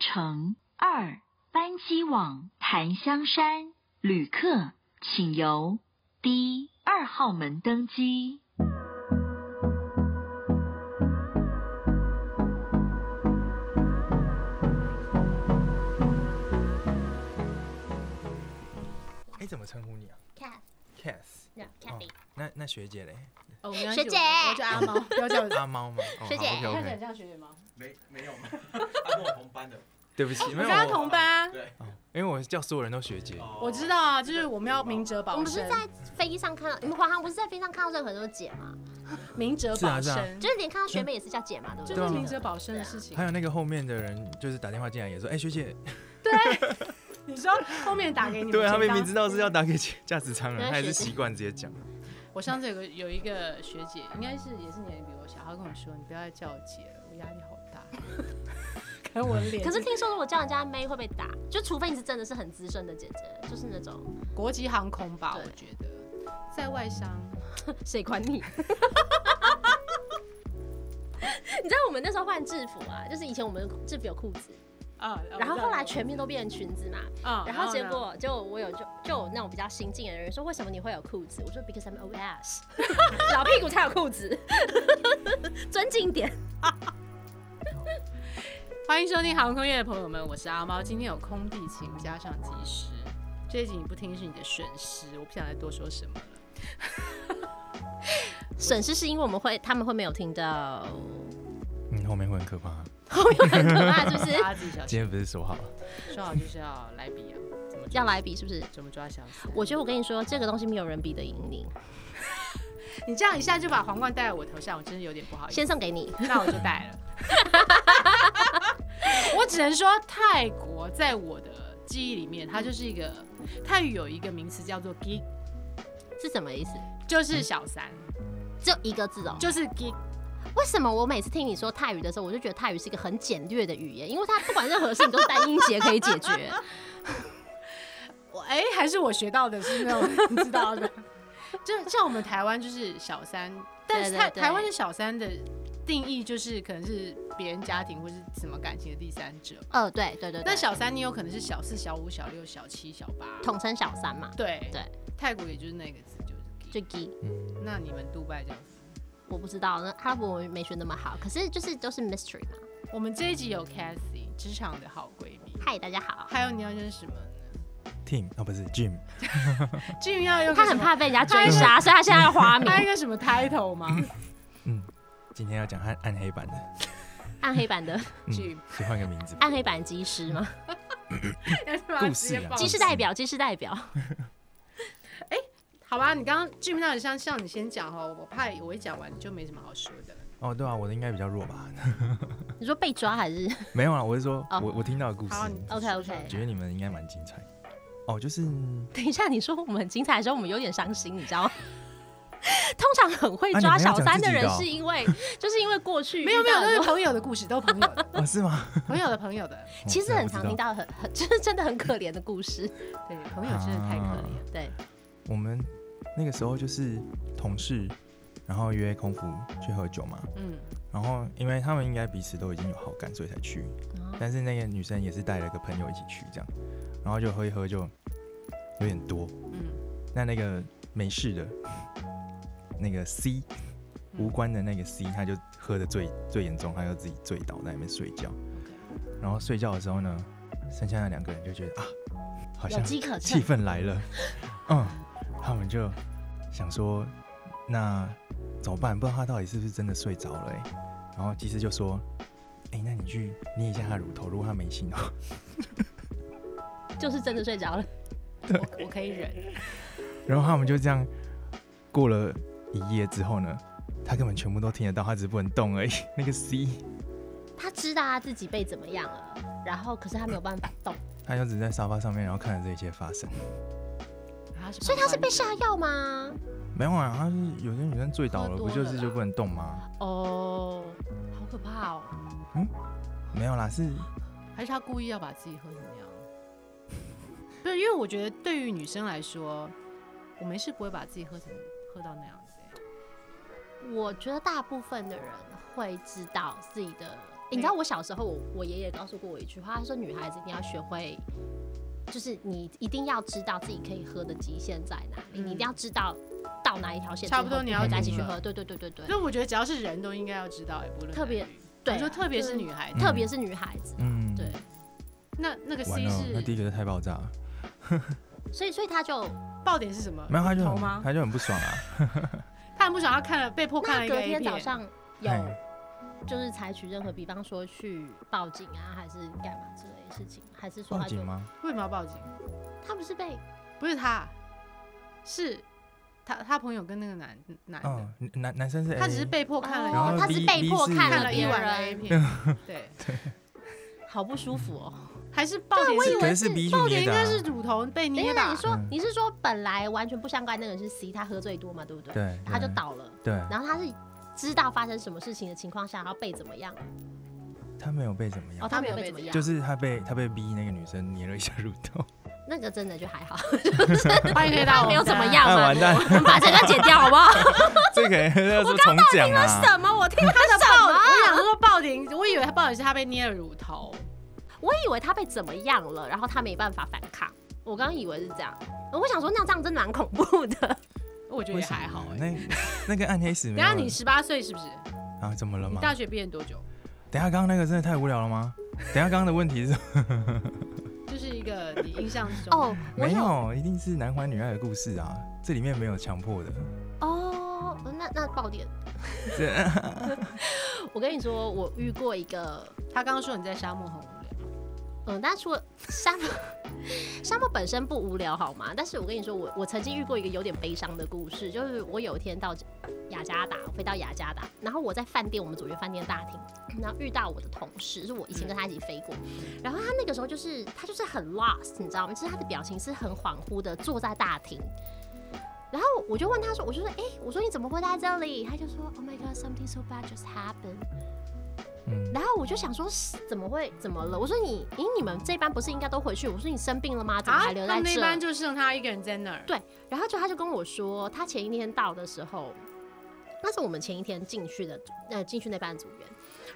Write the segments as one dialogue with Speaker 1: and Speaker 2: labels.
Speaker 1: 乘二班机往檀香山，旅客请由 D 二号门登机。
Speaker 2: 哎，怎么称呼你啊
Speaker 3: Cat，
Speaker 2: ？Cass。
Speaker 3: no
Speaker 2: 哦
Speaker 3: Cathy，，
Speaker 2: 那那学姐嘞？
Speaker 4: 哦，没关
Speaker 3: 学
Speaker 4: 系，我
Speaker 3: 姐
Speaker 4: 我叫阿猫，不要叫我，
Speaker 2: 阿猫吗？哦
Speaker 3: 学姐
Speaker 2: 好
Speaker 4: 看起来
Speaker 2: ，OK，OK
Speaker 4: 像嗯学姐吗？
Speaker 5: 没没有吗？他跟我同班的，
Speaker 2: 对不起，
Speaker 4: 我
Speaker 2: 没
Speaker 4: 跟
Speaker 2: 有，
Speaker 4: 他
Speaker 2: 我
Speaker 4: 同班啊，
Speaker 5: 对，
Speaker 2: 哦因为我叫所有人都学姐。
Speaker 4: 我知道啊，就是我们要明哲
Speaker 3: 我
Speaker 4: 保
Speaker 3: 们不是
Speaker 4: 身，
Speaker 3: 在飞机上看到，你们华航不是在飞机上看到任何人都是姐吗？
Speaker 4: 明哲
Speaker 2: 是啊
Speaker 4: 保
Speaker 2: 是啊啊
Speaker 4: 身，
Speaker 3: 就是连看到学妹也是叫姐嘛，对不
Speaker 4: 就
Speaker 3: 对？
Speaker 4: 是明哲保身的事情
Speaker 2: 还。有那个后面的人，就是打电话进来也说，哎，学姐，
Speaker 4: 你说后面打给 你，
Speaker 2: 对，啊
Speaker 4: 们
Speaker 2: 他
Speaker 4: 前
Speaker 2: 明
Speaker 4: 方
Speaker 2: 明知道是要打给驾驶舱
Speaker 3: 原
Speaker 2: 人，
Speaker 3: 来
Speaker 2: 他还是
Speaker 3: 学姐
Speaker 2: 习惯直接讲。
Speaker 4: 我上次有个有一个学姐，应该是也是年龄比我小，她跟我说：“你不要再叫我姐了，我压力好大。” 看我脸，
Speaker 3: 可是听说如果叫人家妹会被打，就除非你是真的是很资深的姐姐，就是那种
Speaker 4: 国际航空吧，
Speaker 3: 对
Speaker 4: 我觉得在外商，
Speaker 3: 谁管你？ 你知道我们那时候换制服啊，就是以前我们制服有裤子，
Speaker 4: 啊，
Speaker 3: 然后后来全面都变成裙子嘛，
Speaker 4: 啊
Speaker 3: 哦然后结果就我有就就有那种比较新进的人说，为什么你会有裤子？我说 because I'm old ass，老屁股才有裤子， 尊敬一点。
Speaker 4: 欢迎收听航空业的朋友们，我是阿猫，今天有空地勤加上技师，这一集你不听是你的损失，我不想再多说什么了。
Speaker 3: 审视是因为我们会他们会没有听到，
Speaker 2: 嗯，后面会很可怕。
Speaker 3: 后面很可怕，是不是？
Speaker 4: 大家自己
Speaker 2: 今
Speaker 4: 小心，
Speaker 2: 天不是说好了，
Speaker 4: 说好就是要来比啊，怎么抓
Speaker 3: 要来比是不是？
Speaker 4: 怎么抓小三
Speaker 3: 我觉得我跟你说，这个东西没有人比得赢你，
Speaker 4: 你这样一下就把皇冠戴在我头上，我真是有点不好意思。
Speaker 3: 先送给你。
Speaker 4: 那我就带 了。我只能说，泰国在我的记忆里面，它就是一个泰语有一个名词叫做 “gig”，
Speaker 3: 是什么意思？
Speaker 4: 就是小三，
Speaker 3: 只有一个字哦。
Speaker 4: 就是 “gig”。
Speaker 3: 为什么我每次听你说泰语的时候，我就觉得泰语是一个很简略的语言，因为它不管任何事情都是单音节可以解 决。
Speaker 4: 我哎、还是我学到的是那 种你知道的，就像我们台湾就是小三，但是
Speaker 3: 对对
Speaker 4: 台
Speaker 3: 对
Speaker 4: 台湾的小三的定义就是可能是别人家庭或是什么感情的第三者。
Speaker 3: 呃，对对对对，
Speaker 4: 那小三你有可能是小四、小五、小六、小七、小八，
Speaker 3: 统称小三嘛，
Speaker 4: 对
Speaker 3: 对，
Speaker 4: 泰国也就是那个字就是 gig。
Speaker 3: 就 g
Speaker 2: 嗯，
Speaker 4: 那你们杜拜这样子？
Speaker 3: 我不知道，那哈佛我没学那么好，可是就是都是 mystery 嘛。
Speaker 4: 我们这一集有 Cathy，职场的好闺蜜，
Speaker 3: 嗨，大家好。
Speaker 4: 还有你要认识什 么呢？
Speaker 2: Tim 啊，不是 Jim，
Speaker 4: 至于要用
Speaker 3: 他很，怕被人家追 杀，所以他现在要花名
Speaker 4: 他一个什么 title 吗？
Speaker 2: 嗯，今天要讲暗暗黑版的，
Speaker 3: 暗黑版的
Speaker 2: 嗯
Speaker 4: Jim 啊
Speaker 2: 就换个名字吧。
Speaker 3: 暗黑版机师嘛，
Speaker 4: 要是把它
Speaker 2: 故
Speaker 4: 直接
Speaker 2: 事啊
Speaker 4: 报
Speaker 3: 机师代表，机师代表。
Speaker 4: 好吧，你刚刚 Jim 那你像像你先讲哦，我怕我一讲完你就没什么好说的了。
Speaker 2: 哦，对啊，我的应该比较弱吧？
Speaker 3: 你说被抓还是
Speaker 2: 没有啊，我是说
Speaker 3: 哦
Speaker 2: 我我听到的故事
Speaker 4: 好，你，哦
Speaker 3: OK OK？
Speaker 2: 觉得你们应该蛮精彩。哦，就是
Speaker 3: 等一下，你说我们很精彩的时候，我们有点伤心，你知道吗？ 通常很会
Speaker 2: 啊
Speaker 3: 抓
Speaker 2: 你们要
Speaker 3: 小
Speaker 2: 讲
Speaker 3: 三
Speaker 2: 自己的
Speaker 3: 人，
Speaker 2: 哦
Speaker 3: 是因为、就是因为过去
Speaker 4: 没有没有，
Speaker 3: 遇到
Speaker 4: 都
Speaker 3: 很
Speaker 4: 是
Speaker 3: 多
Speaker 4: 朋友的故事，都是朋友的
Speaker 2: 哦，是吗？
Speaker 4: 朋友的朋友的，
Speaker 3: 其实
Speaker 2: 哦
Speaker 3: 很常听。
Speaker 2: 对
Speaker 3: 到很 很就是真的很可怜的故事。
Speaker 4: 对，朋友真的太可怜。
Speaker 3: 对，
Speaker 2: 我知道我们那个时候就是同事，然后约空服去喝酒嘛，
Speaker 4: 嗯，
Speaker 2: 然后因为他们应该彼此都已经有好感，所以才去。但是那个女生也是带了个朋友一起去，这样，然后就喝一喝就有点多。
Speaker 4: 嗯
Speaker 2: 那那个没事的， 那个 C 无关的那个 C，他就喝的最最严重，他就自己醉倒在那边睡觉。然后睡觉的时候呢，剩下的两个人就觉得啊，好
Speaker 3: 有
Speaker 2: 像
Speaker 3: 机可乘
Speaker 2: 气。氛来了，嗯，他们就想说，那怎么办？不知道他到底是不是真的睡着了、欸。然后技师就说：“哎、那你去捏一下他乳头，如果他没醒的哦话，
Speaker 3: 就是真的睡着了。
Speaker 4: 我我可以忍。
Speaker 2: 然后他们就这样过了一夜之后呢，他根本全部都听得到，他只是不能动而已。 那个 C，
Speaker 3: 他知道他自己被怎么样了，然后可是他没有办法动，
Speaker 2: 他就只在沙发上面，然后看着这一切发生。
Speaker 4: 所
Speaker 3: 所以他是被下药吗？
Speaker 2: 没有啊，他是有些女生醉倒了，
Speaker 3: 喝
Speaker 2: 不
Speaker 3: 多了
Speaker 2: 就是就不能动吗？
Speaker 3: 哦，好可怕哦！
Speaker 2: 没有啦，是
Speaker 4: 还是他故意要把自己喝怎么样？不是，因为我觉得对于女生来说，我没事不会把自己喝成喝到那样子欸、
Speaker 3: 我觉得大部分的人会知道自己的。诶你知道我小时候我，我爷爷告诉过我一句话，他说女孩子一定要学会，就是你一定要知道自己可以喝的极限在哪里，
Speaker 4: 嗯
Speaker 3: 你一定要知到到哪一条线之后，
Speaker 4: 差不多你要
Speaker 3: 再继续
Speaker 4: 懂了
Speaker 3: 喝。对对对对对，
Speaker 4: 所以我觉得只要是人都应该要知道，哎，不论
Speaker 3: 特别
Speaker 4: 男女
Speaker 3: 对
Speaker 4: 我说
Speaker 3: 啊
Speaker 4: 特别
Speaker 3: 就是
Speaker 4: 女孩子，
Speaker 3: 特别是女孩子，
Speaker 2: 嗯，
Speaker 3: 对，
Speaker 4: 那那个
Speaker 2: 完
Speaker 4: C
Speaker 2: 了，那第一
Speaker 4: 是
Speaker 2: 个就太爆炸了，
Speaker 3: 所以所以他就
Speaker 4: 爆点是什么？
Speaker 2: 没有他就
Speaker 4: 头
Speaker 2: 很
Speaker 4: 吗？
Speaker 2: 他就很不爽啊，
Speaker 4: 他很不爽，他看了被迫看了
Speaker 3: 那
Speaker 4: 一个
Speaker 3: 隔
Speaker 4: A
Speaker 3: 天早
Speaker 4: 片，
Speaker 3: 上有
Speaker 2: 嘿
Speaker 3: 就是采取任何，比方说去报警啊，还是干嘛之类的事情，还是说
Speaker 2: 报
Speaker 3: 他就
Speaker 2: 警吗？
Speaker 4: 为什么要报警？
Speaker 3: 他不是被
Speaker 4: 不是他，是他他朋友跟那个男男的，
Speaker 2: 嗯，男男生是哎 A，
Speaker 4: 他只是被迫看了一
Speaker 2: 然后
Speaker 4: 晚
Speaker 3: 哦他是
Speaker 2: B-
Speaker 3: 被迫
Speaker 2: B 是
Speaker 3: 看
Speaker 4: 看
Speaker 3: 了
Speaker 4: 了
Speaker 3: 别
Speaker 4: 一晚的 A
Speaker 3: 人，
Speaker 4: 片，对，
Speaker 3: 好不舒服哦。
Speaker 4: 还是爆点
Speaker 3: 我以
Speaker 4: 是
Speaker 3: 为
Speaker 2: 可是是 B 去
Speaker 4: 爆点
Speaker 2: 捏
Speaker 4: 应
Speaker 2: 的啊
Speaker 4: 该，是乳头被
Speaker 3: 等一下，
Speaker 4: 捏吧
Speaker 3: 你？说
Speaker 2: 嗯
Speaker 3: 你是说本来完全不相干那个人是 C，他喝醉多嘛，对不对？
Speaker 2: 对，
Speaker 3: 他就
Speaker 2: 对，
Speaker 3: 倒了，
Speaker 2: 对，
Speaker 3: 然后他是知道发生什么事情的情况下，然后被怎么样？
Speaker 2: 他没有被怎么
Speaker 3: 哦，
Speaker 2: 样，
Speaker 3: 他没有被怎么样
Speaker 2: 就？是他被他被逼那个女生捏了一下乳头，
Speaker 3: 那个真的就还好，
Speaker 4: 欢迎回到我们
Speaker 3: 没有怎么
Speaker 4: 的
Speaker 3: 样
Speaker 2: 哎
Speaker 3: 嘛
Speaker 2: 完。蛋，
Speaker 3: 我们把这段剪掉好不好？
Speaker 2: 这个人要说重讲啊，
Speaker 3: 什么？我听他的
Speaker 4: 爆，
Speaker 3: 报，
Speaker 4: 我想说爆点，我以为他爆点是他被捏了乳头，
Speaker 3: 我以为他被怎么样了，然后他没办法反抗。我刚刚以为是这样，我想说那这样真的蛮恐怖的。
Speaker 4: 我觉得
Speaker 2: 为
Speaker 4: 也
Speaker 2: 什么
Speaker 4: 还好哎。
Speaker 2: 那那跟暗黑史
Speaker 4: 等
Speaker 2: 没
Speaker 4: 一
Speaker 2: 有
Speaker 4: 下你十八岁是不是？
Speaker 2: 啊？怎么了
Speaker 4: 你
Speaker 2: 吗？
Speaker 4: 大学毕业多久？
Speaker 2: 等一下刚刚那个真的太无聊了吗？等一下刚刚的问题是什么
Speaker 4: 就是一个你印象中
Speaker 3: 哦，我
Speaker 2: 没有，一定是男欢女爱的故事啊，这里面没有强迫的，
Speaker 3: 哦，那那爆点
Speaker 2: 这。
Speaker 3: 我跟你说，我遇过一个，
Speaker 4: 他刚刚说你在沙漠很无聊，
Speaker 3: 嗯，但除了沙漠，沙漠本身不无聊好吗？但是我跟你说，我我曾经遇过一个有点悲伤的故事，就是我有一天到雅加达，我飞到雅加达，然后我在饭店，我们主角饭店大厅，然后遇到我的同事，是我以前跟他一起飞过，然后他那个时候就是他就是很 lost，你知道吗？就是他的表情是很恍惚的，坐在大厅。然后我就问他说，我就说，哎、我说你怎么会在这里？他就说，Oh my God, something so bad just happened。
Speaker 2: 嗯，
Speaker 3: 然后我就想说，是怎么会怎么了？我说你，咦，你们这班不是应该都回去？我说你生病了吗？怎么啊还留
Speaker 4: 他
Speaker 3: 在
Speaker 4: 们啊那
Speaker 3: 这？
Speaker 4: 班就剩他一个人在那儿。
Speaker 3: 对然后就他就跟我说，他前一天到的时候，那是我们前一天进去的，呃，进去那班组员。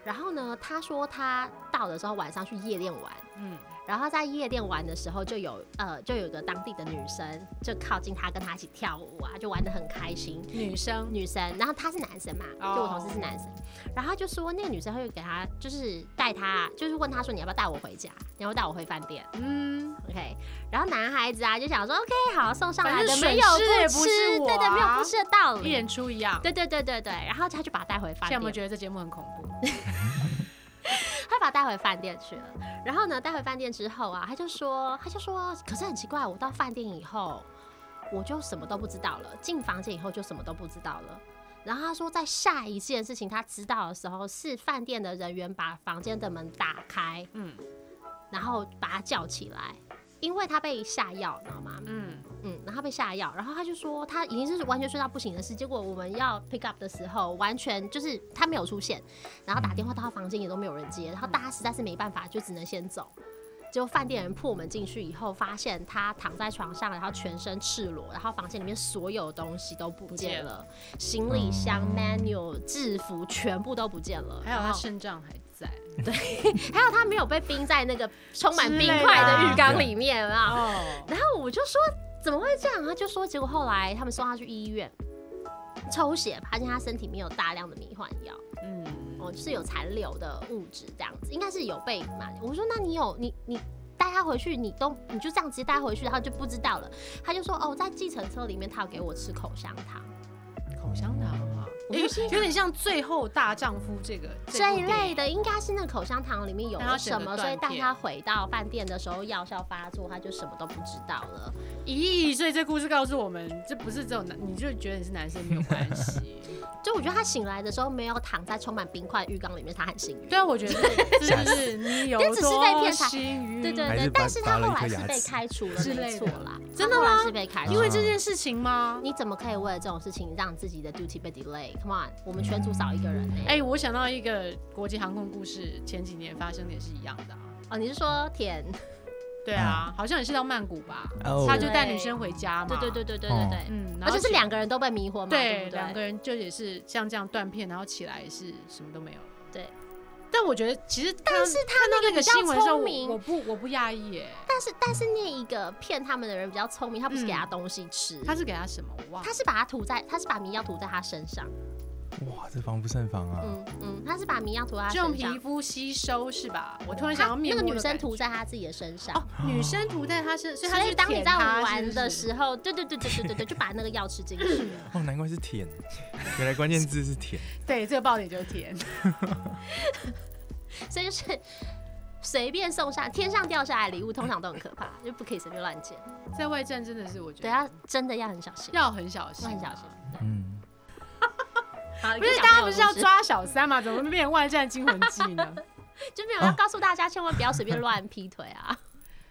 Speaker 3: 然后呢，他说他到的时候晚上去夜店玩，
Speaker 4: 嗯，
Speaker 3: 然后在夜店玩的时候，就有呃，就有一个当地的女生就靠近他，跟他一起跳舞啊，就玩的很开心。
Speaker 4: 女生
Speaker 3: 女生，然后他是男生嘛，
Speaker 4: 哦
Speaker 3: 就我同事是男生，然后他就说那个女生会给他，就是带他，就是问他说你要不要带我回家，你要不要带我回饭店
Speaker 4: 嗯，
Speaker 3: ，OK？然后男孩子啊就想说 OK 好，送上来
Speaker 4: 反
Speaker 3: 的
Speaker 4: 正
Speaker 3: 没有
Speaker 4: 损失也
Speaker 3: 不
Speaker 4: 不是
Speaker 3: 吃，
Speaker 4: 我
Speaker 3: 对对，没有
Speaker 4: 啊
Speaker 3: 不吃的道
Speaker 4: 一
Speaker 3: 理，
Speaker 4: 人出一样。
Speaker 3: 对对对对对，然后他就把他带回饭
Speaker 4: 现在有没有
Speaker 3: 店，
Speaker 4: 觉得这节目很恐怖？
Speaker 3: 他把他带回饭店去了，然后呢带回饭店之后啊，他就说他就说，可是很奇怪，我到饭店以后。我就什么都不知道了。进房间以后就什么都不知道了。然后他说，在下一件事情他知道的时候，是饭店的人员把房间的门打开，
Speaker 4: 嗯
Speaker 3: 然后把他叫起来，因为他被下药，你知道吗？
Speaker 4: 嗯，
Speaker 3: 嗯，然后他被下药，然后他就说他已经是完全睡到不省人事。结果我们要 pick up 的时候，完全就是他没有出现，然后打电话到他房间也都没有人接，然后大家实在是没办法，就只能先走。结果饭店人破门进去以后，发现他躺在床上，然后全身赤裸，然后房间里面所有东西都不见
Speaker 4: 见
Speaker 3: 了，行李箱、
Speaker 2: 嗯
Speaker 3: manual、制服全部都不见了，
Speaker 4: 还有
Speaker 3: 然
Speaker 4: 他
Speaker 3: 后
Speaker 4: 肾脏还在。
Speaker 3: 还有他没有被冰在那个充满
Speaker 4: 之
Speaker 3: 冰
Speaker 4: 类的
Speaker 3: 块的
Speaker 2: 啊
Speaker 3: 浴缸里面啊。
Speaker 4: 哦，
Speaker 3: 然后我就说怎么会这样？他就说，结果后来他们送他去医院抽血，发现他身体里面有大量的迷幻药，
Speaker 4: 嗯，
Speaker 3: 哦，就是有残留的物质这样子，应该是有被嘛。我说那你有你你带他回去，你都你就这样直接带回去，然后就不知道了。他就说哦，在计程车里面他有给我吃口香糖
Speaker 4: 口香糖
Speaker 2: 哦
Speaker 4: 啊，
Speaker 3: 我就心想
Speaker 4: 有点像《最后大丈夫》这个
Speaker 3: 这一类
Speaker 4: 的。
Speaker 3: 的，应该是那口香糖里面有
Speaker 4: 但他
Speaker 3: 什
Speaker 4: 整
Speaker 3: 么，
Speaker 4: 个
Speaker 3: 所以
Speaker 4: 断
Speaker 3: 带
Speaker 4: 片
Speaker 3: 他回到饭店的时候药效发作，他就什么都不知道了。
Speaker 4: 咦，所以这故事告诉我们，这不是只有男，你就觉得你是男生没有关系。
Speaker 3: 就我觉得他醒来的时候没有躺在充满冰块的浴缸里面，他很幸运。
Speaker 4: 对啊，我觉 得这就是你有
Speaker 3: 但只是被
Speaker 4: 多
Speaker 3: 骗财
Speaker 4: 幸运。
Speaker 3: 对对
Speaker 2: 还
Speaker 3: 对
Speaker 2: 是，
Speaker 3: 但
Speaker 2: 拔
Speaker 3: 是
Speaker 2: 拔
Speaker 3: 他
Speaker 2: 了
Speaker 3: 后
Speaker 2: 一颗
Speaker 3: 来是
Speaker 2: 牙
Speaker 3: 被
Speaker 2: 齿
Speaker 3: 开除了，
Speaker 4: 嗯之
Speaker 3: 没
Speaker 4: 类
Speaker 3: 错
Speaker 4: 的
Speaker 3: 啦，
Speaker 4: 真
Speaker 3: 他
Speaker 4: 的
Speaker 3: 后来
Speaker 4: 吗
Speaker 3: 是被开除
Speaker 4: 因
Speaker 3: 了。
Speaker 4: 为这件事情吗？
Speaker 3: 你怎么可以为了这种事情让自己的 duty 被 delay？Come on，我们全组少一个人呢、
Speaker 4: 哎、我想到一个国际航空故事，前几年发生的也是一样的啊、
Speaker 3: 哦，你是说舔？
Speaker 4: 对啊，好像也是到曼谷吧，
Speaker 2: 哦
Speaker 4: 他就带女生回家嘛，
Speaker 3: 对对对对对
Speaker 2: 哦
Speaker 3: 对对，
Speaker 4: 嗯，然
Speaker 3: 而
Speaker 4: 后
Speaker 3: 且是
Speaker 4: 起
Speaker 3: 两个人都被迷惑嘛，对
Speaker 4: 对
Speaker 3: 不对？
Speaker 4: 两个人就也是像这样断片，然后起来也是什么都没有了。
Speaker 3: 对，
Speaker 4: 但我觉得其实但是
Speaker 3: 他那
Speaker 4: 那
Speaker 3: 个
Speaker 4: 个
Speaker 3: 比较
Speaker 4: 新闻的时候，
Speaker 3: 聪
Speaker 4: 我
Speaker 3: 明
Speaker 4: 我，不我不压抑耶，
Speaker 3: 但是但是那一个骗他们的人比较聪明，他不是给他东西吃，
Speaker 4: 嗯他是给他什么我忘了
Speaker 3: 他，是把它涂在，他是把迷药涂在他身上，
Speaker 2: 哇，这防不胜防啊！
Speaker 3: 嗯嗯，他是把迷药涂在他
Speaker 4: 就用
Speaker 3: 身
Speaker 4: 皮
Speaker 3: 上。
Speaker 4: 肤吸收是吧？我突然想
Speaker 3: 他
Speaker 4: 要
Speaker 3: 那
Speaker 4: 面
Speaker 3: 个
Speaker 4: 膜
Speaker 3: 女
Speaker 4: 的
Speaker 3: 生
Speaker 4: 感觉
Speaker 3: 涂在他自己的身上，
Speaker 4: 哦，女生涂在他身，所以他
Speaker 3: 所以
Speaker 4: 是
Speaker 3: 当你
Speaker 4: 舔
Speaker 3: 在
Speaker 4: 她
Speaker 3: 玩的
Speaker 4: 是
Speaker 3: 时候，对对对对对对对，就把那个药吃进去。
Speaker 2: 哦，难怪是舔，原来关键字是舔。
Speaker 4: 候，对这个爆点就是甜，
Speaker 3: 所以就是随便送上天上掉下来的礼物，通常都很可怕，就不可以随便乱捡。
Speaker 4: 在外站真的是我觉
Speaker 3: 对，
Speaker 4: 得
Speaker 3: 要真的要很小心，
Speaker 4: 要很小心，
Speaker 3: 要很小心。。
Speaker 2: 嗯，
Speaker 3: 好
Speaker 4: 不是大家不是要，抓小三嘛？怎么会变成外战惊魂记呢？
Speaker 3: 就没有要告诉大家千万不要随便乱劈腿啊。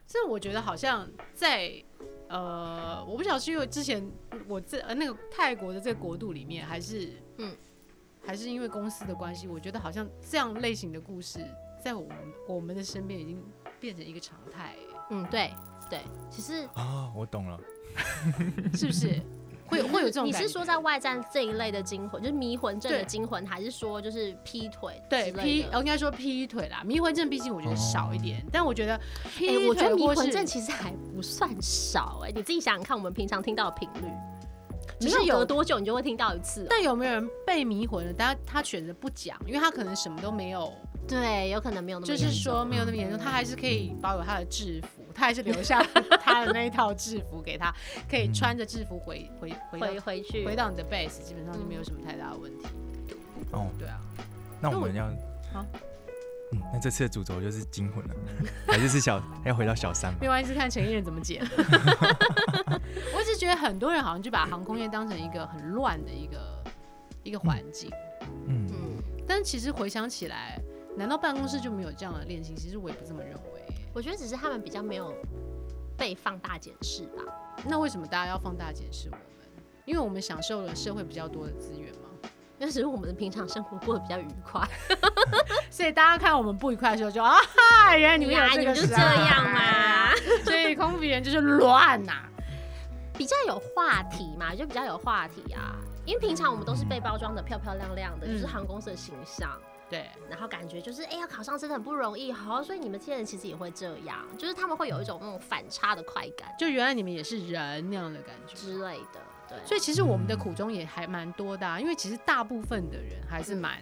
Speaker 4: 这我觉得好像在呃，我不晓得是因为之前我这呃那个泰国的这个国度里面，还是嗯
Speaker 3: 嗯，
Speaker 4: 还是因为公司的关系，我觉得好像这样类型的故事，在我们我们的身边已经变成一个常态，
Speaker 3: 嗯，对对，其实
Speaker 2: 啊，我懂了。
Speaker 4: 是不是？会有会有这种
Speaker 3: 你
Speaker 4: 感
Speaker 3: 是
Speaker 4: 觉
Speaker 3: 说在外战这一类的惊魂，就是迷魂阵的
Speaker 4: 对
Speaker 3: 惊魂，还是说就是劈腿之
Speaker 4: 对
Speaker 3: 类的？
Speaker 4: 劈，呃应该说劈腿啦，迷魂阵毕竟我觉得少一点，但我觉得劈
Speaker 3: 哎、
Speaker 4: 腿
Speaker 3: 我觉得迷
Speaker 4: 或
Speaker 3: 魂
Speaker 4: 是
Speaker 3: 阵其实还不算少哎、你自己想想看，我们平常听到的频率，只
Speaker 4: 没
Speaker 3: 是
Speaker 4: 有
Speaker 3: 隔多久你就会听到一次哦、
Speaker 4: 但有没有人被迷魂了？但他他选择不讲，因为他可能什么都没有，
Speaker 3: 对，有可能没有那么
Speaker 4: 就
Speaker 3: 严重。嗯
Speaker 4: 是说没有那么严重，他还是可以保有他的制服，他还是 留下他的那一套制服给他，可以穿着制服回回
Speaker 3: 回
Speaker 4: 回到
Speaker 3: 嗯回嗯去
Speaker 4: 回到你的 base，基本上就没有什么太大的问题。
Speaker 2: 哦，
Speaker 4: 对啊，
Speaker 3: 嗯
Speaker 2: 那我们要
Speaker 4: 好
Speaker 2: 嗯，那这次的主轴就是惊魂了，还是是小要回到小三嘛？
Speaker 4: 另外一次看陈艺人 怎么剪。 我只是觉得很多人好像就把航空业当成一个很乱的一个一个环境，
Speaker 2: 嗯，
Speaker 3: 嗯，
Speaker 4: 但其实回想起来，难道办公室就没有这样的恋情？其实我也不这么认为。
Speaker 3: 我觉得只是他们比较没有被放大解释吧。
Speaker 4: 那为什么大家要放大检视我们？因为我们享受了社会比较多的资源嘛。
Speaker 3: 那只是我们的平常生活过得比较愉快，
Speaker 4: 所以大家看我们不愉快的时候 就啊哈，原来你们有
Speaker 3: 呀
Speaker 4: 这
Speaker 3: 你
Speaker 4: 个
Speaker 3: 们就
Speaker 4: 事
Speaker 3: 这
Speaker 4: 啊
Speaker 3: 样嘛，
Speaker 4: 所以空腹人就是乱呐、
Speaker 3: 比较有话题嘛，就比较有话题啊。因为平常我们都是被包装的漂漂亮亮的，
Speaker 4: 嗯
Speaker 3: 就是航空公司的形象，
Speaker 4: 对，
Speaker 3: 然后感觉就是哎呀、考上真的很不容易，好，所以你们这些人其实也会这样，就是他们会有一种那种反差的快感
Speaker 4: 就原来你们也是人那样的感觉。
Speaker 3: 之类的，对，
Speaker 4: 所以其实我们的苦衷也还蛮多的、啊，因为其实大部分的人还是蛮，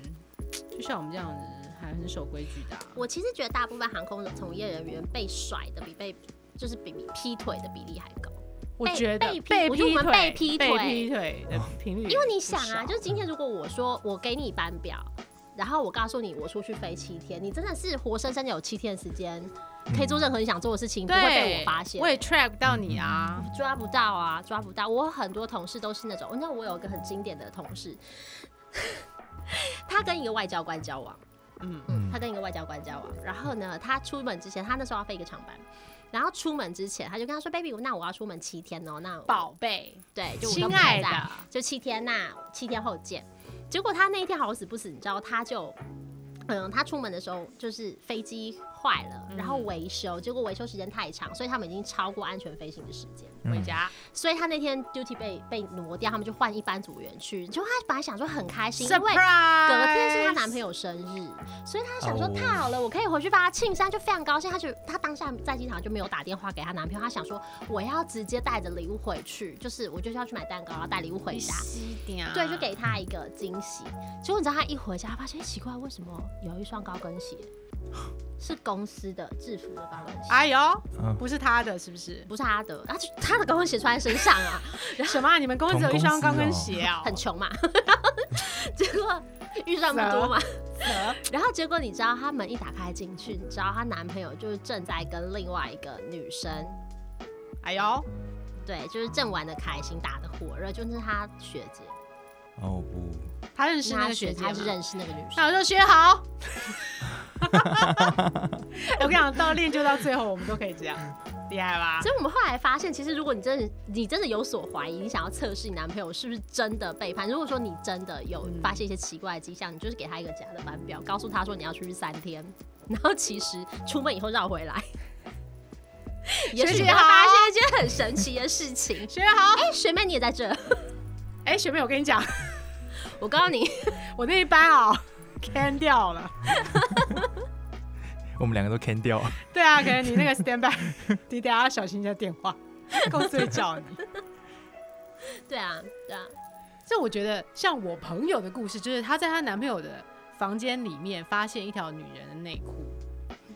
Speaker 4: 就像我们这样子，还很守规矩的啊、
Speaker 3: 我其实觉得大部分航空从业人员被甩的比被就是比比劈腿的比例还高。
Speaker 4: 我觉得
Speaker 3: 被被劈
Speaker 4: 被
Speaker 3: 我觉得我们
Speaker 4: 腿、
Speaker 3: 被劈
Speaker 4: 被
Speaker 3: 腿
Speaker 4: 劈腿的频率也不少，
Speaker 3: 因为你想啊，就是今天如果我说我给你班表，然后我告诉你我出去飞七天，你真的是活生生的有七天的时间可以做任何你想做的事情，不
Speaker 4: 对
Speaker 3: 会被我发现
Speaker 4: 我。也 track 不到你啊。
Speaker 3: 抓不到啊，抓不到！我很多同事都是那种，那我有一个很经典的同事， 他跟一个外交官交往，
Speaker 4: 嗯
Speaker 3: 嗯，他跟一个外交官交往，然后呢，他出门之前，他那时候要飞一个长班，然后出门之前，他就跟他说：“baby，那我要出门七天哦，那我
Speaker 4: 宝贝，
Speaker 3: 对，就我
Speaker 4: 亲
Speaker 3: 都不
Speaker 4: 爱
Speaker 3: 在
Speaker 4: 的，
Speaker 3: 就七天呐、七天后见。结果他那一天好死不死，你知道，他就，嗯，他出门的时候就是飞机坏了，然
Speaker 4: 嗯
Speaker 3: 后维修，结果维修时间太长，所以他们已经超过安全飞行的时间，
Speaker 4: 回家、
Speaker 3: 所以他那天 duty 被被挪掉，他们就换一班组员去。结果他本来想说很开心，因为
Speaker 4: surprise，
Speaker 3: 隔天是她男朋友生日，所以她想说
Speaker 2: 哦
Speaker 3: 太好了，我可以回去帮她庆生，就非常高兴。她就她当下在机场就没有打电话给她男朋友，她想说我要直接带着礼物回去，就是我就是要去买蛋糕，然后带礼物回
Speaker 4: 你
Speaker 3: 家。
Speaker 4: 吸点啊
Speaker 3: 对，就给她一个惊喜。结果你知道她一回家，她发现奇怪，为什么有一双高跟鞋是公司的制服的高跟鞋，
Speaker 4: 哎呦
Speaker 2: 嗯，
Speaker 4: 不是他的，是不是？
Speaker 3: 不是她的，她就她的高跟鞋穿在身上啊，
Speaker 4: 什么啊？你们公司有一双高跟鞋啊？
Speaker 3: 很穷嘛。 结果预算不多嘛，
Speaker 4: 扯
Speaker 3: 然后结果你知道，他门一打开进去，你知道她男朋友就是正在跟另外一个女生，
Speaker 4: 哎呦，
Speaker 3: 对，就是正玩的开心，打的火热，就是她学姐，
Speaker 2: 哦不，
Speaker 4: 他认识那
Speaker 3: 她
Speaker 4: 个学姐吗
Speaker 3: 她是认识那个女
Speaker 4: 那
Speaker 3: 生，
Speaker 4: 我就学好。我跟你讲，到练就到最后，我们都可以这样，厉害吧？
Speaker 3: 所以我们后来发现，其实如果你真的你真的有所怀疑，你想要测试你男朋友是不是真的背叛，如果说你真的有
Speaker 4: 嗯
Speaker 3: 发现一些奇怪的迹象，你就是给他一个假的班表，告诉他说你要出去三天，然后其实出门以后绕回来。也许
Speaker 4: 学
Speaker 3: 你
Speaker 4: 姐
Speaker 3: 会
Speaker 4: 好
Speaker 3: 发现一件很神奇的事情。
Speaker 4: 学长好，
Speaker 3: 哎、学妹你也在这，
Speaker 4: 哎、学妹，我跟你讲，
Speaker 3: 我告诉你，
Speaker 4: 我那一班哦、can 掉了。
Speaker 2: 我们两个都 can 掉，
Speaker 4: 对啊，可能你那个 stand by，你等下要小心一下电话，公司会叫你。
Speaker 3: 对啊，对啊，
Speaker 4: 这我觉得像我朋友的故事，就是她在她男朋友的房间里面发现一条女人的内裤。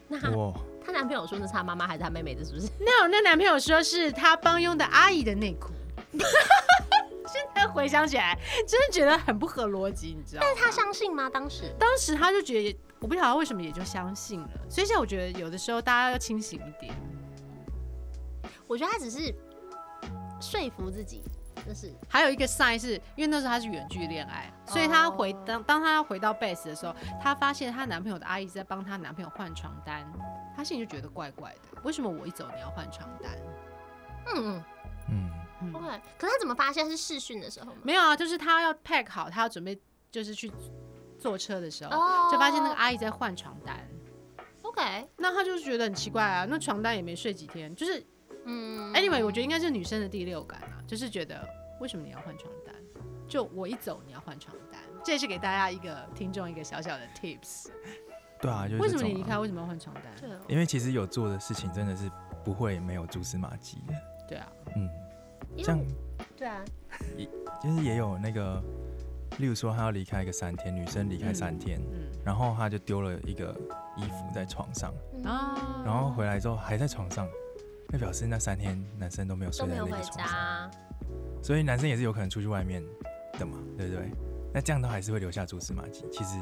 Speaker 3: 那她
Speaker 2: 哇，
Speaker 3: 她男朋友说那是她妈妈还是她妹妹的，是不是？
Speaker 4: 那我那男朋友说是她帮佣的阿姨的内裤。现在回想起来，真的觉得很不合逻辑，你知道吗？
Speaker 3: 她相信吗？当时
Speaker 4: 当时他就觉得，我不晓得为什么也就相信了。所以现在我觉得有的时候大家要清醒一点。
Speaker 3: 我觉得她只是说服自己，就是
Speaker 4: 还有一个 sign 是因为那时候她是远距恋爱，所以她回当当她回到 base 的时候，她发现她男朋友的阿姨在帮她男朋友换床单，她心里就觉得怪怪的，为什么我一走你要换床单？
Speaker 3: 嗯嗯
Speaker 2: 嗯，
Speaker 4: 嗯
Speaker 3: ，OK。可是她怎么发现她是试训的时候吗？
Speaker 4: 没有啊，就是她要 pack 好，她要准备就是去坐车的时候，
Speaker 3: 哦
Speaker 4: 就发现那个阿姨在换床单，
Speaker 3: OK，
Speaker 4: 那她就是觉得很奇怪啊，那床单也没睡几天，就是
Speaker 3: 嗯
Speaker 4: anyway，我觉得应该是女生的第六感啊，就是觉得为什么你要换床单？就我一走你要换床单，这也是给大家一个听众一个小小的 tips。
Speaker 2: 对啊，就是
Speaker 4: 为什
Speaker 2: 这
Speaker 4: 么
Speaker 2: 种
Speaker 4: 你离
Speaker 2: 啊
Speaker 4: 开？为什么要换床单？
Speaker 3: 对哦
Speaker 2: 因为其实有做的事情真的是不会没有蛛丝马迹的，
Speaker 4: 对啊，
Speaker 2: 嗯，
Speaker 3: 因为
Speaker 2: 像
Speaker 3: 对啊，
Speaker 2: 就是也有那个，例如说她要离开一个三天，女生离开三天，
Speaker 4: 嗯，
Speaker 2: 然后她就丢了一个衣服在床上，
Speaker 3: 嗯
Speaker 4: 啊
Speaker 2: 然后回来之后还在床上，那表示那三天男生都没有
Speaker 3: 都
Speaker 2: 睡在
Speaker 3: 没
Speaker 2: 那
Speaker 3: 有
Speaker 2: 个
Speaker 3: 回
Speaker 2: 床上，
Speaker 3: 家，
Speaker 2: 所以男生也是有可能出去外面的嘛，对不对？那这样都还是会留下蛛丝马迹。其实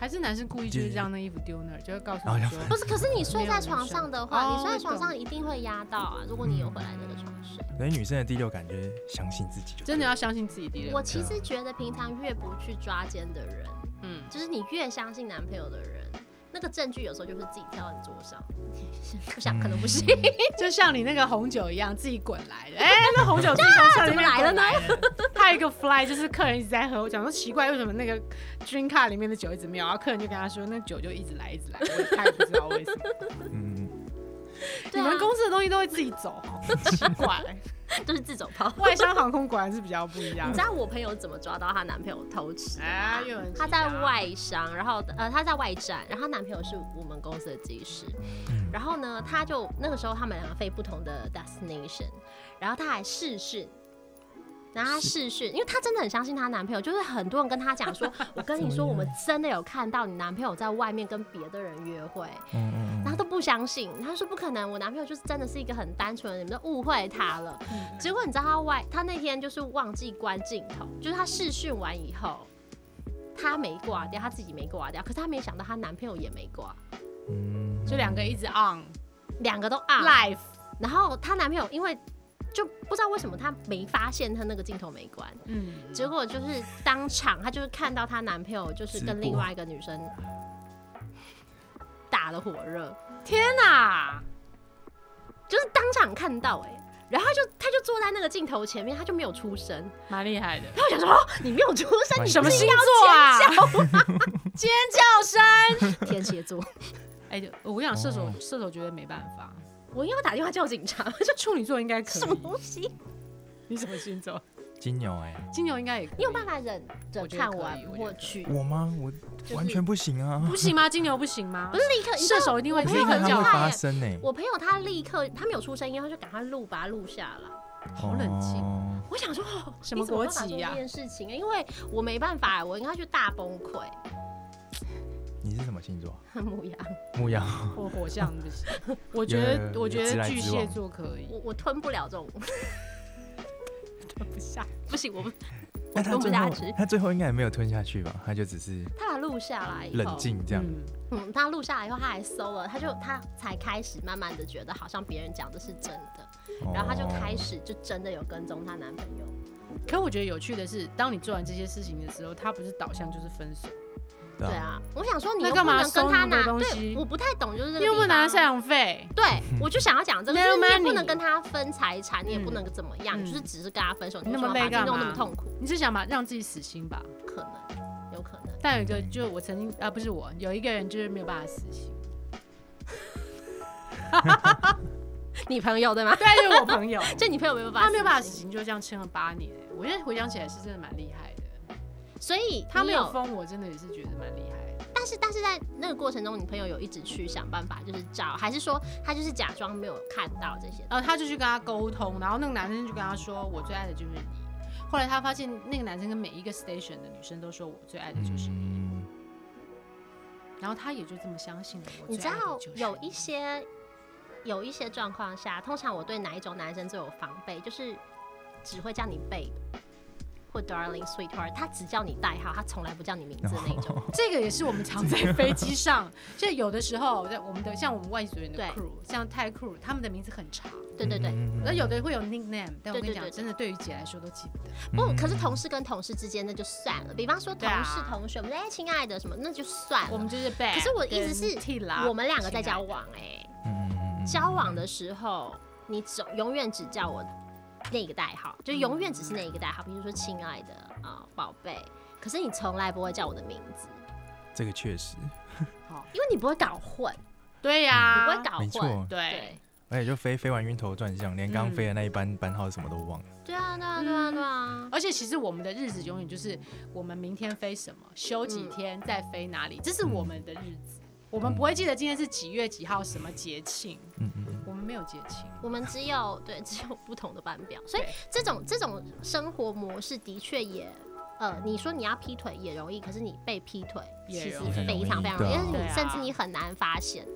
Speaker 4: 还是男生故意就是让那衣服丢那儿，就会告诉你
Speaker 2: 然后
Speaker 4: 说
Speaker 2: 就
Speaker 3: 不是，可是你睡
Speaker 4: 没有
Speaker 3: 在
Speaker 4: 人
Speaker 3: 床
Speaker 4: 睡
Speaker 3: 上的话，
Speaker 4: 哦
Speaker 3: 你睡在
Speaker 4: 我
Speaker 3: 床
Speaker 4: 懂
Speaker 3: 上一定会压到啊。如果你有回来那
Speaker 4: 嗯
Speaker 3: 个床睡，
Speaker 2: 所以女生的第六感就是相信自己就对
Speaker 4: 真的
Speaker 2: 了
Speaker 4: 要相信自己第六
Speaker 3: 我
Speaker 4: 感。
Speaker 3: 其实觉得平常越不去抓奸的人，
Speaker 4: 嗯，
Speaker 3: 就是你越相信男朋友的人，那个证据有时候就是自己跳到你桌上。我想可能不是，
Speaker 4: 嗯就像你那个红酒一样，自己滚来的。哎，那红 酒自己从车里面滚
Speaker 3: 怎么来
Speaker 4: 的？他有一个 fly 就是客人一直在喝，我讲说奇怪，为什么那个 drink card 里面的酒一直没有？然啊后客人就跟他说，那酒就一直来，一直来，我也他也不知道为什么。
Speaker 2: 嗯，
Speaker 3: 对
Speaker 4: 你
Speaker 3: 啊
Speaker 4: 们，公司的东西都会自己走，好奇怪。
Speaker 3: 都是自走 炮。
Speaker 4: 外商航空果然 是比较不一样
Speaker 3: 你知。道我朋友怎么抓到她男朋友偷吃？
Speaker 4: 哎，又有人
Speaker 3: 她在
Speaker 4: 提到
Speaker 3: 外商，然后呃，她在外站，然后她男朋友是我们公司的技师，
Speaker 4: 嗯
Speaker 3: 然后呢，她就那个时候他们两个飞不同的 destination，然后她还试训。然后她试训，因为她真的很相信她男朋友，就是很多人跟她讲 说，我跟你说，我们真的有看到你男朋友在外面跟别的人约会，
Speaker 2: 嗯嗯
Speaker 3: 然后都不相信，他说不可能，我男朋友就是真的是一个很单纯的人，你们都误会他了。结果你知道他外，他那天就是忘记关镜头，就是他试训完以后，他没挂掉，他自己没挂掉，可是他没想到她男朋友也没挂，
Speaker 2: 嗯，
Speaker 4: 就两个一直 on
Speaker 3: 两个都啊。
Speaker 4: life，
Speaker 3: 然后她男朋友因为就不知道为什么他没发现他那个镜头没关，
Speaker 4: 嗯，
Speaker 3: 结果就是当场她就是看到她男朋友就是
Speaker 2: 直播
Speaker 3: 跟另外一个女生打了火热。
Speaker 4: 天哪！
Speaker 3: 就是当场看到哎、然后他就他就坐在那个镜头前面，他就没有出声。
Speaker 4: 蛮厉害的。
Speaker 3: 然后我想说，哦你没有出声，你
Speaker 2: 什么
Speaker 3: 不是
Speaker 2: 星
Speaker 4: 座啊？
Speaker 3: 尖叫声，天蝎座，
Speaker 4: 哎、我跟你讲，射手、
Speaker 2: 哦
Speaker 4: 射手觉得没办法，
Speaker 3: 我应该打电话叫警 察。
Speaker 4: 这处女座应该可
Speaker 3: 什么
Speaker 4: 以。
Speaker 3: 东西？
Speaker 4: 你什么星座？
Speaker 2: 金牛哎、
Speaker 4: 金牛应该也可以。
Speaker 3: 你有办法忍
Speaker 4: 我
Speaker 3: 忍
Speaker 4: 觉得
Speaker 3: 看
Speaker 4: 可以
Speaker 3: 完
Speaker 4: 我觉得
Speaker 3: 或
Speaker 4: 可以
Speaker 3: 去？
Speaker 2: 我吗？我
Speaker 3: 是
Speaker 2: 完全不行啊，
Speaker 4: 不行吗？金牛不行吗？
Speaker 3: 不是立刻，哎你知道
Speaker 4: 射手一定会
Speaker 3: 我
Speaker 2: 可
Speaker 3: 朋
Speaker 2: 是
Speaker 3: 友
Speaker 2: 因为
Speaker 3: 很
Speaker 2: 它会
Speaker 3: 厉害
Speaker 2: 发
Speaker 3: 耶。
Speaker 2: 生呢、欸
Speaker 3: 我朋友他立刻他没有出声音，他就赶快录把它录下来。
Speaker 4: 好冷静
Speaker 2: 哦
Speaker 3: 我想说，哦
Speaker 4: 什么国
Speaker 3: 你怎么办法
Speaker 4: 籍呀啊
Speaker 3: 做这件事情，欸因为我没办法，我应该去大崩 溃。
Speaker 2: 你是什么星座？
Speaker 3: 牧羊，
Speaker 2: 牧羊。
Speaker 4: 我火象不 行。我觉
Speaker 2: 有有
Speaker 4: 得
Speaker 2: 有
Speaker 4: 我觉
Speaker 2: 直
Speaker 4: 得
Speaker 2: 来
Speaker 4: 巨
Speaker 2: 直
Speaker 4: 蟹
Speaker 2: 往
Speaker 4: 座可以
Speaker 3: 我。我吞不了这种，
Speaker 4: 不下。
Speaker 3: 不行，我不
Speaker 2: 那他
Speaker 3: 吞不
Speaker 2: 最
Speaker 3: 下
Speaker 2: 后
Speaker 3: 去
Speaker 2: 他最后应该也没有吞下去吧？他就只是
Speaker 3: 他把它录下来以后，
Speaker 2: 冷静这样。
Speaker 4: 嗯
Speaker 3: 嗯，他录下来以后，他还搜了，他就他才开始慢慢的觉得好像别人讲的是真的，嗯然后他就开
Speaker 2: 哦。
Speaker 3: 始就真的有跟踪她男朋友。
Speaker 4: 可我觉得有趣的是，当你做完这些事情的时候，他不是导向就是分手，
Speaker 2: 对
Speaker 3: 对
Speaker 2: 啊，
Speaker 3: 啊，我想说你
Speaker 4: 那
Speaker 3: 又
Speaker 4: 干
Speaker 3: 不
Speaker 4: 嘛
Speaker 3: 能跟他
Speaker 4: 搜那么
Speaker 3: 拿，
Speaker 4: 多东西
Speaker 3: 对，我不太懂就是这个
Speaker 4: 你又不
Speaker 3: 地
Speaker 4: 拿
Speaker 3: 方
Speaker 4: 赡养费，
Speaker 3: 对，我就想要讲这个，
Speaker 4: No
Speaker 3: 就是你也不
Speaker 4: money
Speaker 3: 能跟他分财产，你也不
Speaker 4: 嗯
Speaker 3: 能怎么样，
Speaker 4: 嗯
Speaker 3: 就是只是跟他分手，
Speaker 4: 那
Speaker 3: 你为
Speaker 4: 么
Speaker 3: 什
Speaker 4: 累
Speaker 3: 把自己
Speaker 4: 干
Speaker 3: 弄那
Speaker 4: 嘛
Speaker 3: 么痛苦？
Speaker 4: 你是想把让自己死心吧？
Speaker 3: 可能，有可能。
Speaker 4: 但有一个，就是我曾经啊，不是我，有一个人就是没有办法死心。
Speaker 3: 你朋友对 吗？
Speaker 4: 对，就是我朋友，
Speaker 3: 就你朋友没有办法，
Speaker 4: 他没有办法死刑，就这样签了八年。欸我现在回想起来是真的蛮厉害的，
Speaker 3: 所以
Speaker 4: 他
Speaker 3: 你
Speaker 4: 没有
Speaker 3: 有
Speaker 4: 封我，真的也是觉得蛮厉害的。
Speaker 3: 但是但是在那个过程中，你朋友有一直去想办法，就是找，还是说他就是假装没有看到这些？呃
Speaker 4: 呃然后他就去跟他沟通，然后那个男生就跟他说：“我最爱的就是你。”后来他发现那个男生跟每一个 station 的女生都说：“我最爱的
Speaker 3: 啊
Speaker 4: 就是你。
Speaker 2: 嗯，
Speaker 4: 然后他也就这么相信了。我
Speaker 3: 嗯你知
Speaker 4: 最爱的
Speaker 3: 道
Speaker 4: 就是
Speaker 3: 有
Speaker 4: 你
Speaker 3: 一些有一些状况下，通常我对哪一种男生最有防备，就是只会叫你 babe 或 darling sweetheart，他只叫你代号，他从来不叫你名字的那 种。
Speaker 4: 这个也是我们常在飞 机上，就有的时候在我们的像我们外籍组员的
Speaker 3: 对
Speaker 4: crew，像泰 crew，他们的名字很长，
Speaker 3: 对对对，
Speaker 2: 嗯
Speaker 4: 那有的会有 nickname，但
Speaker 3: 对对
Speaker 4: 我跟你
Speaker 3: 对
Speaker 4: 讲，
Speaker 3: 对
Speaker 4: 真的对于姐来说都记不得。
Speaker 3: 不，可是同事跟同事之间那就算了，比方说同
Speaker 4: 嗯对啊
Speaker 3: 事、同学，我们说哎，亲爱的什么，那就算了。
Speaker 4: 我们就是 bad，
Speaker 3: 可是我的意思
Speaker 4: 跟
Speaker 3: 是
Speaker 4: T 啦，
Speaker 3: 我们两个在交
Speaker 4: 亲爱的。
Speaker 3: 往哎、
Speaker 2: 嗯嗯嗯
Speaker 3: 交往的时候，你总永远只叫我那个代号，就永远只是那一个代号，
Speaker 4: 嗯
Speaker 3: 比如说亲爱的啊，宝、贝。可是你从来不会叫我的名字，
Speaker 2: 这个确实
Speaker 4: 哦
Speaker 3: 因为你不会搞混，
Speaker 4: 对
Speaker 3: 你
Speaker 4: 呀，
Speaker 3: 不会搞
Speaker 2: 没
Speaker 3: 混。
Speaker 2: 错，
Speaker 4: 啊对，
Speaker 3: 对，
Speaker 2: 而且就飞飞完晕头转向，连刚刚
Speaker 4: 嗯
Speaker 2: 飞的那一班班号什么都忘了。
Speaker 3: 对啊，对啊，对啊，对啊。
Speaker 4: 而且其实我们的日子永远就是我们明天飞什么，休几天再飞哪里，这是我们的日
Speaker 2: 嗯
Speaker 4: 子。我们不会记得今天是几月几号什么节庆，
Speaker 2: 嗯嗯嗯，
Speaker 4: 我们没有节庆。
Speaker 3: 我们只有对只有不同的班表，所以
Speaker 4: 对
Speaker 3: 这种这种生活模式的确也，呃，你说你要劈腿也容易，可是你被劈腿
Speaker 4: 也
Speaker 3: 其实
Speaker 4: 容易
Speaker 3: 非常非常容
Speaker 2: 对
Speaker 3: 易，
Speaker 2: 啊
Speaker 3: 因为
Speaker 4: 对
Speaker 3: 你
Speaker 4: 啊
Speaker 3: 甚至你很难发现，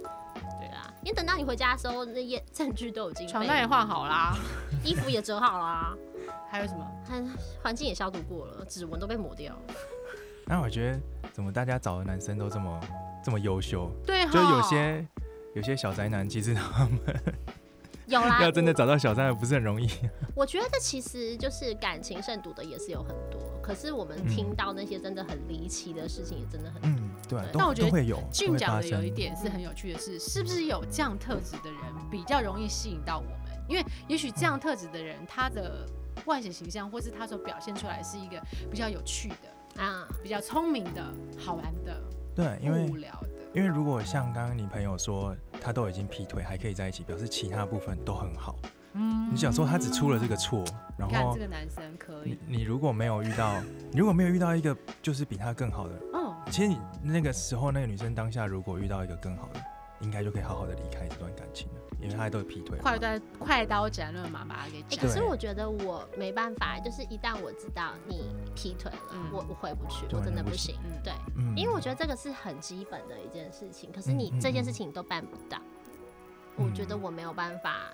Speaker 3: 对啊，因为等到你回家的时候，那些证据都已经
Speaker 4: 床
Speaker 3: 被
Speaker 4: 单也换好啦，
Speaker 3: 衣服也折好 啦，
Speaker 4: 还有什么？
Speaker 3: 还环境也消毒过了，指纹都被抹掉了。
Speaker 2: 那我觉得怎么大家找的男生都这么这么优秀？
Speaker 4: 对，
Speaker 2: 就有。些有些小宅男，其实他们
Speaker 3: 有 啦，
Speaker 2: 要真的找到小宅男不是很容易。
Speaker 3: 我觉得其实就是感情胜读的也是有很多，可是我们
Speaker 2: 嗯
Speaker 3: 听到那些真的很离奇的事情也真的很多。
Speaker 2: 嗯，对 啊，
Speaker 3: 对
Speaker 2: 都
Speaker 4: 但我觉得
Speaker 2: 都会有，都
Speaker 4: 俊
Speaker 2: 会
Speaker 4: 讲
Speaker 2: 发
Speaker 4: 的有一
Speaker 2: 生。
Speaker 4: 点是很有趣的是，是不是有这样特质的人比较容易吸引到我们？因为也许这样特质的人，他的外显形象或是他所表现出来是一个比较有趣的、
Speaker 3: 啊，
Speaker 4: 比较聪明的、好玩的、
Speaker 2: 对，因
Speaker 4: 不
Speaker 2: 为
Speaker 4: 无聊的。
Speaker 2: 因为如果像刚刚你朋友说他都已经劈腿还可以在一起，表示其他部分都很好。
Speaker 4: 嗯
Speaker 2: 你想说他只出了这个错，然
Speaker 4: 你看
Speaker 2: 后
Speaker 4: 这个男生可以
Speaker 2: 你，你如果没有遇到，你如果没有遇到一个就是比他更好的，
Speaker 4: 嗯，
Speaker 2: 其实你那个时候那个女生当下如果遇到一个更好的，应该就可以好好的离开这段感情了，因为她都有劈腿了嘛。
Speaker 4: 快刀快刀斩乱麻把他给
Speaker 3: 哎、
Speaker 4: 斩
Speaker 3: 可
Speaker 4: 了。
Speaker 3: 是
Speaker 2: 对
Speaker 3: 我觉得我没办法，就是一旦我知道你劈腿了，
Speaker 4: 嗯
Speaker 3: 我我回不去，
Speaker 2: 就
Speaker 3: 我
Speaker 2: 完
Speaker 3: 真的
Speaker 2: 全不
Speaker 3: 不行。
Speaker 4: 行嗯
Speaker 3: 对，
Speaker 2: 嗯
Speaker 3: 因为我觉得这个是很基本的一件事情，可是
Speaker 2: 嗯
Speaker 3: 你
Speaker 2: 嗯
Speaker 3: 这件
Speaker 2: 嗯
Speaker 3: 事情你都办不到，
Speaker 2: 嗯
Speaker 3: 我觉得我没有办法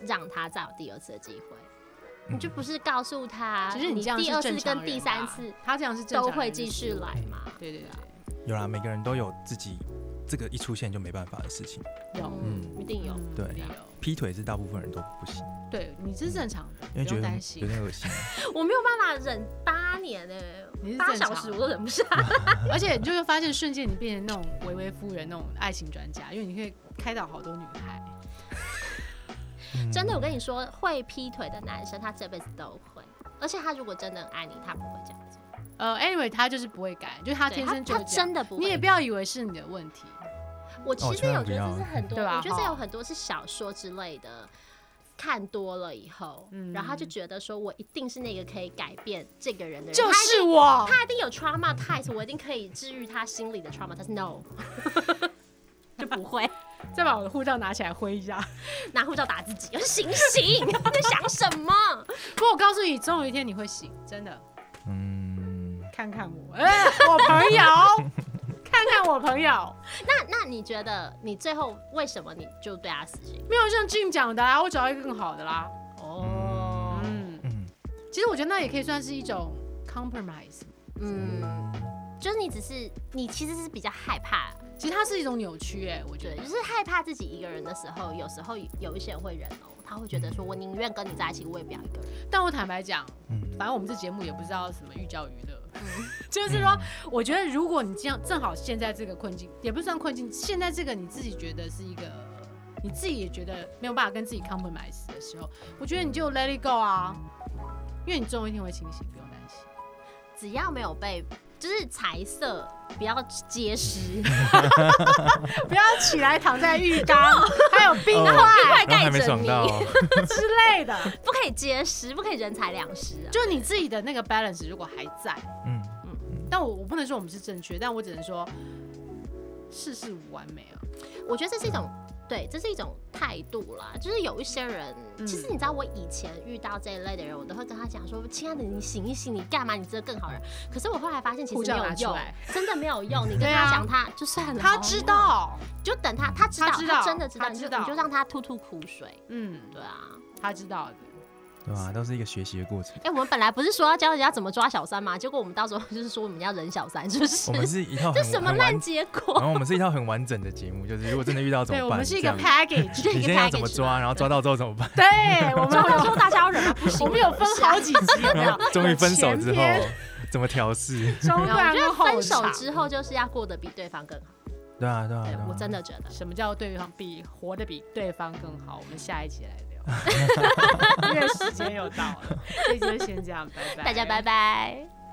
Speaker 3: 让他再有第二次的机会。
Speaker 2: 嗯
Speaker 3: 你就不是告诉他，
Speaker 4: 其实
Speaker 3: 啊你
Speaker 4: 这样
Speaker 3: 第
Speaker 4: 是
Speaker 3: 二次
Speaker 4: 正常
Speaker 3: 跟
Speaker 4: 人
Speaker 3: 第三
Speaker 4: 啦
Speaker 3: 次
Speaker 4: 他这样是正
Speaker 3: 都
Speaker 4: 常
Speaker 3: 会
Speaker 4: 人的
Speaker 3: 继续
Speaker 4: 思维
Speaker 3: 来嘛？
Speaker 4: 对对
Speaker 2: 有啦，每个人都有自己这个一出现就没办法的事情。
Speaker 4: 对，有
Speaker 3: 嗯，一定有。
Speaker 4: 嗯
Speaker 2: 对啊
Speaker 4: 有。
Speaker 2: 劈腿是大部分人都不行，
Speaker 4: 对你这是正常的，
Speaker 2: 因为
Speaker 4: 不
Speaker 2: 觉
Speaker 4: 用
Speaker 2: 得
Speaker 4: 担
Speaker 2: 有
Speaker 4: 心。
Speaker 2: 点恶心。啊
Speaker 3: 我没有办法忍八年呢、
Speaker 4: 你是
Speaker 3: 八
Speaker 4: 正
Speaker 3: 小
Speaker 4: 常啊
Speaker 3: 时我都忍不 下。
Speaker 4: 而且你就会发现，瞬间你变成那种微微夫人那种爱情专家，因为你可以开导好多女孩。
Speaker 2: 嗯
Speaker 3: 真的，我跟你说，会劈腿的男生他这辈子都会，而且他如果真的很爱你，他不会这样做。
Speaker 4: 呃，anyway，他就是不会改，就是他
Speaker 3: 对
Speaker 4: 天
Speaker 3: 他
Speaker 4: 生就
Speaker 3: 他
Speaker 4: 是这样。
Speaker 3: 真的不会。
Speaker 4: 你也不要以为是你的问题，
Speaker 3: 我其
Speaker 2: 哦
Speaker 3: 实
Speaker 2: 千
Speaker 3: 有
Speaker 2: 万不
Speaker 3: 觉得
Speaker 2: 要
Speaker 3: 这是很多，
Speaker 4: 对啊吧
Speaker 3: 我觉得这
Speaker 4: 哈
Speaker 3: 有很多是小说之类的，看多了以后，
Speaker 4: 嗯
Speaker 3: 然后他就觉得说我一定是那个可以改变这个人的人，
Speaker 4: 就
Speaker 3: 他一
Speaker 4: 是
Speaker 3: 定
Speaker 4: 我。
Speaker 3: 他一定有 traumatize，我一定可以治愈他心里的 trauma，但是 no，就不会
Speaker 4: 再把我的护照拿起来挥一下。
Speaker 3: 拿护照打自己，我说醒 醒，你在想什么？
Speaker 4: 不过我告诉你，总有一天你会醒，真的。
Speaker 2: 嗯，
Speaker 4: 看看我，哎、我朋友， 看看我朋友，
Speaker 3: 那那你觉得你最后为什么你就对他死心？
Speaker 4: 没有像 Jim 讲的啊，我找到一个更好的啦。
Speaker 3: 哦，
Speaker 4: 嗯，
Speaker 2: 嗯
Speaker 4: 其实我觉得那也可以算是一种 compromise。
Speaker 3: 嗯，
Speaker 2: 嗯，
Speaker 3: 就是你只是你其实是比较害怕
Speaker 4: 其实它是一种扭曲、哎，我觉
Speaker 3: 对，
Speaker 4: 得
Speaker 3: 就。是害怕自己一个人的时候，有时候有一些人会忍哦，他会觉得说我宁愿跟你在一起，我也不要一个人。
Speaker 4: 但我坦白讲，
Speaker 2: 嗯
Speaker 4: 反正我们这节目也不知道什么寓教于乐， 就是说，我觉得如果你这样正好现在这个困境，也不算困境，现在这个你自己觉得是一个，你自己也觉得没有办法跟自己 compromise 的时候，我觉得你就 let it go 啊，因为你总有一天会清醒，不用担心。
Speaker 3: 只要没有被就是彩色比较 结实，
Speaker 2: 哦
Speaker 4: 不要起来躺在浴缸， 还有冰
Speaker 2: 哦
Speaker 4: 块
Speaker 2: 然后还
Speaker 3: 盖
Speaker 2: 没
Speaker 3: 着
Speaker 2: 爽
Speaker 3: 你
Speaker 2: 到哦，
Speaker 4: 之类的。
Speaker 3: 不可以结实，不可以人财两失啊。
Speaker 4: 就你自己的那个 balance 如果还在，
Speaker 2: 嗯，
Speaker 4: 但我我不能说我们是正确，但我只能说世事无完美啊。
Speaker 3: 我觉得这是一种，对，这是一种态度啦。就是有一些人，
Speaker 4: 嗯
Speaker 3: 其实你知道，我以前遇到这一类的人，我都会跟他讲说：“亲爱的，你醒一醒，你干嘛？你这更好人。”可是我后来发现，其实
Speaker 4: 护
Speaker 3: 没
Speaker 4: 照
Speaker 3: 有
Speaker 4: 拿出
Speaker 3: 用
Speaker 4: 来，
Speaker 3: 真的没有用。你跟
Speaker 4: 对啊
Speaker 3: 他讲，他就算了。
Speaker 4: 他知，道，
Speaker 3: 你就等他，他知道，
Speaker 4: 他知道
Speaker 3: 真的知道，
Speaker 4: 他
Speaker 3: 你
Speaker 4: 知
Speaker 3: 就
Speaker 4: 道
Speaker 3: 你就让他吐吐苦水。
Speaker 4: 嗯，
Speaker 3: 对啊，
Speaker 4: 他知道的。
Speaker 2: 对吧？都是一个学习的过 程。
Speaker 3: 哎、我们本来不是说要教人家怎么抓小三吗？结果我们到时候就是说我们要忍小三，是不是
Speaker 2: 我？们是一套
Speaker 3: 这
Speaker 2: 很
Speaker 3: 什么
Speaker 2: 很
Speaker 3: 烂
Speaker 2: 完，
Speaker 3: 结
Speaker 2: 然
Speaker 3: 果？
Speaker 2: 后我们是一套很完整的节目，就是如果真的遇到怎
Speaker 4: 对，
Speaker 2: 么
Speaker 4: 我
Speaker 2: 办？
Speaker 4: 们是一个
Speaker 2: 这样
Speaker 4: package，
Speaker 2: 你现在要怎么 抓，然后抓到之后怎么办？
Speaker 4: 对，我们
Speaker 3: 抓到
Speaker 4: 有
Speaker 3: 时候大家要忍吗？不行，
Speaker 4: 我们有分好几集，有 没
Speaker 2: 然
Speaker 4: 有
Speaker 2: 后 终于分手之后
Speaker 4: 前 篇
Speaker 2: 怎么调试？
Speaker 4: 中
Speaker 3: 啊我
Speaker 4: 段
Speaker 3: 觉
Speaker 4: 跟
Speaker 3: 得
Speaker 4: 啊后
Speaker 3: 分手
Speaker 4: 场
Speaker 3: 之后就是要过得比对方更好。
Speaker 2: 对啊，对啊，
Speaker 3: 对
Speaker 2: 对啊
Speaker 3: 我真的觉得。
Speaker 4: 什么叫对方比活得比对方更好？我们下一集来 聊，因为时间又到了，这一集就先这样，拜拜，
Speaker 3: 大家拜。拜。